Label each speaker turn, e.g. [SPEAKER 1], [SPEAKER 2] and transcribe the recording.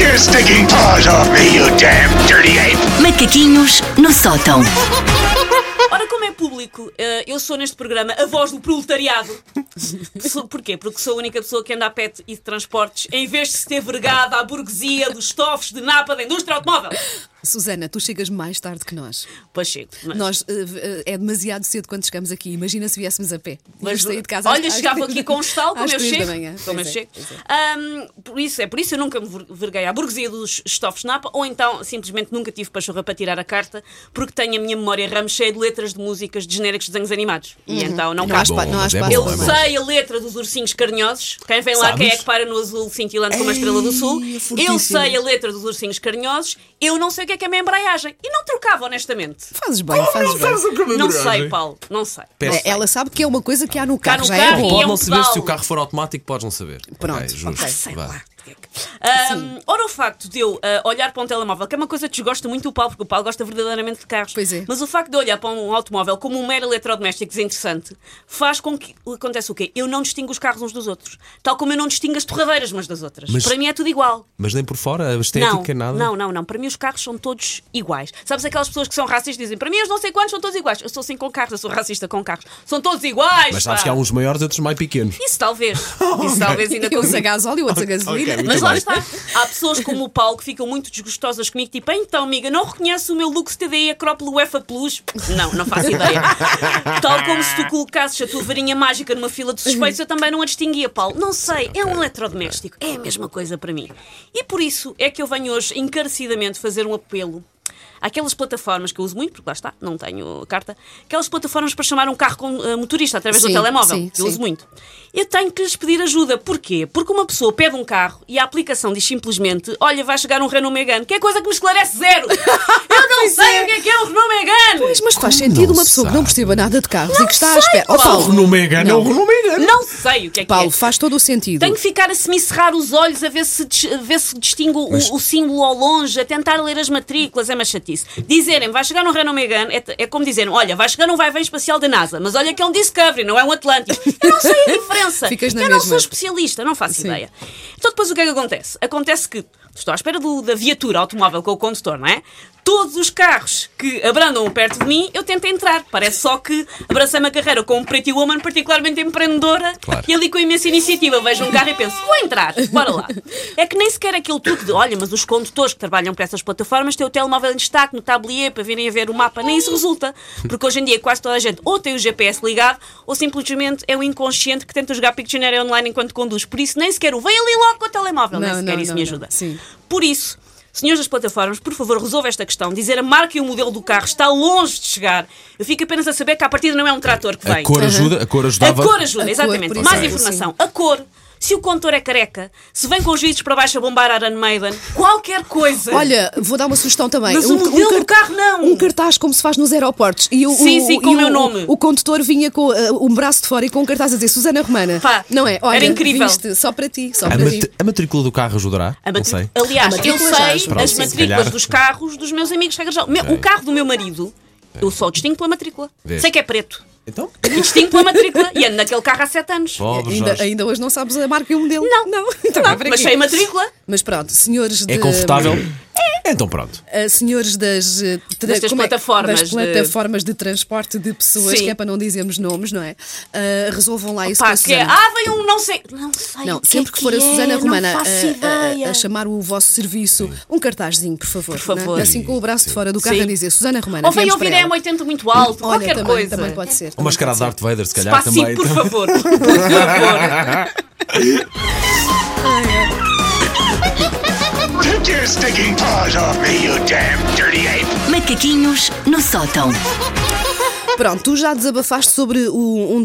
[SPEAKER 1] your stinking paws off me, you damn dirty ape!
[SPEAKER 2] Macaquinhos no sótão.
[SPEAKER 3] Ora, como é público, eh, eu sou neste programa a voz do proletariado. Sou- Porquê? Porque sou a única pessoa que anda a pé e de transportes em vez de se ter vergado à burguesia dos tofos de napa da indústria automóvel.
[SPEAKER 4] Susana, tu chegas mais tarde que nós.
[SPEAKER 3] Pois chego. mas-
[SPEAKER 4] Nós eh, v- eh, é demasiado cedo quando chegamos aqui. Imagina se viéssemos a pé.
[SPEAKER 3] mas-
[SPEAKER 4] Mas saí de casa. às-
[SPEAKER 3] olha,
[SPEAKER 4] às
[SPEAKER 3] chegava
[SPEAKER 4] três
[SPEAKER 3] aqui
[SPEAKER 4] da-
[SPEAKER 3] com um estalo, como
[SPEAKER 4] às
[SPEAKER 3] eu
[SPEAKER 4] três
[SPEAKER 3] chego.
[SPEAKER 4] Da manhã.
[SPEAKER 3] Como eu
[SPEAKER 4] Pois é,
[SPEAKER 3] chego.
[SPEAKER 4] pois é.
[SPEAKER 3] Ahm, por isso, é por isso eu nunca me ver- verguei à burguesia dos estofos de napa, ou então simplesmente nunca tive pachorra para tirar a carta, porque tenho a minha memória RAM cheia de letras de músicas de genéricos de desenhos animados. E
[SPEAKER 4] Uhum.
[SPEAKER 3] então não
[SPEAKER 4] Não há,
[SPEAKER 3] cabe.
[SPEAKER 4] espa-
[SPEAKER 5] bom,
[SPEAKER 4] não há
[SPEAKER 5] mas é
[SPEAKER 4] espaço.
[SPEAKER 5] bom,
[SPEAKER 3] Eu
[SPEAKER 4] para
[SPEAKER 5] é bom.
[SPEAKER 4] mais.
[SPEAKER 3] sei a letra dos ursinhos carinhosos. Quem vem lá, quem é
[SPEAKER 5] Sabes?
[SPEAKER 3] que para no azul cintilante como a estrela do sul? Eu sei a letra dos ursinhos carinhosos. Eu não sei o que é que é uma embreagem. E não trocava, honestamente.
[SPEAKER 4] Fazes bem, fazes bem.
[SPEAKER 5] é
[SPEAKER 3] Não sei, Paulo. Não sei.
[SPEAKER 5] Peço.
[SPEAKER 4] É, Ela sabe que é uma coisa que há no carro.
[SPEAKER 3] no
[SPEAKER 4] já
[SPEAKER 3] carro
[SPEAKER 4] é bom.
[SPEAKER 3] e-
[SPEAKER 5] Pode não saber se
[SPEAKER 3] pedal.
[SPEAKER 5] o carro for automático, podes não saber.
[SPEAKER 4] Pronto,
[SPEAKER 5] Ok, justo.
[SPEAKER 4] ok.
[SPEAKER 3] Sei
[SPEAKER 5] Vá.
[SPEAKER 3] lá. é Ahm, ora, o facto de eu ah, olhar para um telemóvel, que é uma coisa que desgosta muito o Paulo, porque o Paulo gosta verdadeiramente de carros.
[SPEAKER 4] Pois é.
[SPEAKER 3] Mas o facto de eu olhar para um automóvel como um mero eletrodoméstico desinteressante faz com que acontece o quê? Eu não distingo os carros uns dos outros. Tal como eu não distingo as torradeiras umas das outras.
[SPEAKER 5] Mas-
[SPEAKER 3] Para mim é tudo igual.
[SPEAKER 5] Mas nem por fora, a
[SPEAKER 3] Não,
[SPEAKER 5] estética, é nada.
[SPEAKER 3] não, não, não. Para mim os carros são todos iguais. Sabes aquelas pessoas que são racistas e dizem para mim os não sei quantos são todos iguais. Eu sou assim com carros, eu sou racista com carros. São todos iguais.
[SPEAKER 5] Mas sabes
[SPEAKER 3] pá.
[SPEAKER 5] que há um- Oh, uns maiores e outros mais pequenos.
[SPEAKER 3] Isso talvez. Isso talvez ainda
[SPEAKER 4] Uns a
[SPEAKER 3] consiga.
[SPEAKER 4] gasóleo, outros a gasolina.
[SPEAKER 5] muito
[SPEAKER 3] Mas lá
[SPEAKER 5] bem.
[SPEAKER 4] é?
[SPEAKER 3] está. Há pessoas como o Paulo que ficam muito desgostosas comigo, tipo, então, amiga, não reconhece o meu Lux TDI Acrópole UEFA Plus? Não, não faço ideia. Tal como se tu colocasses a tua varinha mágica numa fila de suspeitos, eu também não a distinguia, Paulo. Não sei, é um eletrodoméstico. É a mesma coisa para mim. E por isso é que eu venho hoje encarecidamente fazer um apelo. Aquelas plataformas que eu uso muito, porque lá está, não tenho carta, aquelas plataformas para chamar um carro com eh, motorista através do
[SPEAKER 4] Sim,
[SPEAKER 3] telemóvel.
[SPEAKER 4] sim,
[SPEAKER 3] eu
[SPEAKER 4] sim.
[SPEAKER 3] uso muito. Eu tenho que lhes pedir ajuda. Porquê? Porque uma pessoa pede um carro e a aplicação diz simplesmente: Olha, vai chegar um Renault Megane, que é coisa que me esclarece zero. Eu não sei o que é que é um Renault Megane.
[SPEAKER 4] Mas, mas faz sentido
[SPEAKER 5] não
[SPEAKER 4] uma pessoa que não
[SPEAKER 5] sabe?
[SPEAKER 4] perceba nada de carros e que está à espera. Ó,
[SPEAKER 3] Paulo.
[SPEAKER 4] Paulo,
[SPEAKER 5] Renault Megane é o Renault Megane.
[SPEAKER 3] Não sei o que é que
[SPEAKER 4] Paulo,
[SPEAKER 3] é.
[SPEAKER 4] faz todo o sentido.
[SPEAKER 3] Tenho que ficar a semicerrar os olhos a ver se, dis- a ver se distingo o- o, símbolo ao longe, a tentar ler as matrículas, é uma chatice. Dizerem, vai chegar um Renault Megane, é, t- é como dizerem, olha, vai chegar um vai-vem espacial da NASA, mas olha que é um Discovery, não é um Atlantis. Eu não sei a diferença.
[SPEAKER 4] Ficas na
[SPEAKER 3] Eu não
[SPEAKER 4] mesma.
[SPEAKER 3] sou especialista, não faço
[SPEAKER 4] Sim.
[SPEAKER 3] ideia. Então depois o que é que acontece? Acontece que estou à espera do- da viatura automóvel com o condutor, não é? Todos os carros que abrandam perto de mim, eu tento entrar. Parece só que abracei uma carreira com um pretty woman particularmente empreendedora
[SPEAKER 5] Claro.
[SPEAKER 3] e ali com imensa iniciativa vejo um carro e penso, vou entrar, bora lá. É que nem sequer aquele truque de, olha, mas os condutores que trabalham para essas plataformas têm o telemóvel em destaque no tablier para virem a ver o mapa, nem isso resulta. Porque hoje em dia quase toda a gente ou tem o GPS ligado ou simplesmente é o inconsciente que tenta jogar Pictionary online enquanto conduz. Por isso nem sequer o vem ali logo com o telemóvel, nem
[SPEAKER 4] Não,
[SPEAKER 3] sequer
[SPEAKER 4] não,
[SPEAKER 3] isso
[SPEAKER 4] não,
[SPEAKER 3] me
[SPEAKER 4] não.
[SPEAKER 3] ajuda.
[SPEAKER 4] Sim.
[SPEAKER 3] Por isso, senhores das plataformas, por favor, resolva esta questão. Dizer a marca e o modelo do carro está longe de chegar. Eu fico apenas a saber que à partida não é um trator que vem. Uhum.
[SPEAKER 5] A cor ajuda, a cor ajudava.
[SPEAKER 3] A cor ajuda,
[SPEAKER 4] A cor,
[SPEAKER 3] exatamente.
[SPEAKER 4] por
[SPEAKER 3] Mais
[SPEAKER 4] exemplo,
[SPEAKER 3] informação. A cor. Se o condutor é careca, se vem com os vidros para baixo a bombar Iron Maiden, qualquer coisa.
[SPEAKER 4] Olha, um vou dar uma sugestão também.
[SPEAKER 3] Mas o modelo do
[SPEAKER 4] cart-
[SPEAKER 3] carro não.
[SPEAKER 4] Um cartaz como se faz nos aeroportos. E o,
[SPEAKER 3] Sim,
[SPEAKER 4] o-
[SPEAKER 3] sim, com
[SPEAKER 4] e
[SPEAKER 3] o meu
[SPEAKER 4] o-
[SPEAKER 3] nome.
[SPEAKER 4] O condutor vinha com ah, um braço de fora e com um cartaz a dizer Susana Romana.
[SPEAKER 3] Pá,
[SPEAKER 4] não é? Olha,
[SPEAKER 3] era incrível.
[SPEAKER 4] viste, só para ti, só
[SPEAKER 5] A,
[SPEAKER 4] para ti.
[SPEAKER 5] mat- a matrícula do carro ajudará?
[SPEAKER 3] A
[SPEAKER 5] não
[SPEAKER 3] matri-
[SPEAKER 5] sei.
[SPEAKER 3] Aliás, eu
[SPEAKER 4] A matrícula já
[SPEAKER 3] sei
[SPEAKER 4] ajuda.
[SPEAKER 3] as
[SPEAKER 5] Sim, se
[SPEAKER 3] matrículas
[SPEAKER 5] calhar.
[SPEAKER 3] dos carros dos meus amigos. regra geral. Me- O carro do meu marido, eu só o distingo pela matrícula.
[SPEAKER 5] Vês.
[SPEAKER 3] Sei que é preto.
[SPEAKER 5] Então,
[SPEAKER 3] E distingo pela matrícula. E ando naquele carro há sete anos.
[SPEAKER 5] pobre
[SPEAKER 4] Ainda,
[SPEAKER 5] oh, Jorge.
[SPEAKER 4] ainda hoje não sabes a marca e o modelo.
[SPEAKER 3] Não.
[SPEAKER 4] não. Então
[SPEAKER 3] Não,
[SPEAKER 4] é para
[SPEAKER 3] mas
[SPEAKER 4] quê?
[SPEAKER 3] sei a matrícula.
[SPEAKER 4] Mas pronto, senhores de.
[SPEAKER 5] É confortável? É. Então pronto.
[SPEAKER 4] ah, senhores das, eh, tra-
[SPEAKER 3] Destas
[SPEAKER 4] como é-
[SPEAKER 3] plataformas
[SPEAKER 4] das
[SPEAKER 3] de-
[SPEAKER 4] plataformas de... transporte de pessoas,
[SPEAKER 3] Sim.
[SPEAKER 4] que é para não dizermos nomes, não é? Ah, resolvam lá isso com
[SPEAKER 3] Pá,
[SPEAKER 4] a
[SPEAKER 3] que é,
[SPEAKER 4] Susana.
[SPEAKER 3] ah, vem um não sei. Não sei.
[SPEAKER 4] Não,
[SPEAKER 3] o que
[SPEAKER 4] sempre
[SPEAKER 3] é
[SPEAKER 4] que for a
[SPEAKER 3] é,
[SPEAKER 4] Susana
[SPEAKER 3] não
[SPEAKER 4] Romana
[SPEAKER 3] faço
[SPEAKER 4] a- a- a,
[SPEAKER 3] ideia.
[SPEAKER 4] chamar o vosso serviço, um cartazinho, por favor.
[SPEAKER 3] Por favor.
[SPEAKER 4] né? Assim com o braço de fora do carro
[SPEAKER 3] Sim.
[SPEAKER 4] a dizer Susana Romana.
[SPEAKER 3] Ou vem
[SPEAKER 4] viemos
[SPEAKER 3] ouvir
[SPEAKER 4] para
[SPEAKER 3] a
[SPEAKER 4] ela."
[SPEAKER 3] M80 muito alto,
[SPEAKER 4] Olha,
[SPEAKER 3] qualquer
[SPEAKER 4] também,
[SPEAKER 3] coisa.
[SPEAKER 4] Também pode ser.
[SPEAKER 5] Uma
[SPEAKER 4] também
[SPEAKER 5] mascarada de
[SPEAKER 4] pode
[SPEAKER 5] Darth Vader, se calhar
[SPEAKER 3] Espacinho,
[SPEAKER 5] também.
[SPEAKER 3] por
[SPEAKER 5] então.
[SPEAKER 3] favor. Por favor.
[SPEAKER 1] Take your stinking paws off me, you damn dirty ape!
[SPEAKER 2] Macaquinhos no sótão.
[SPEAKER 4] ser. Pronto, tu já desabafaste sobre o, um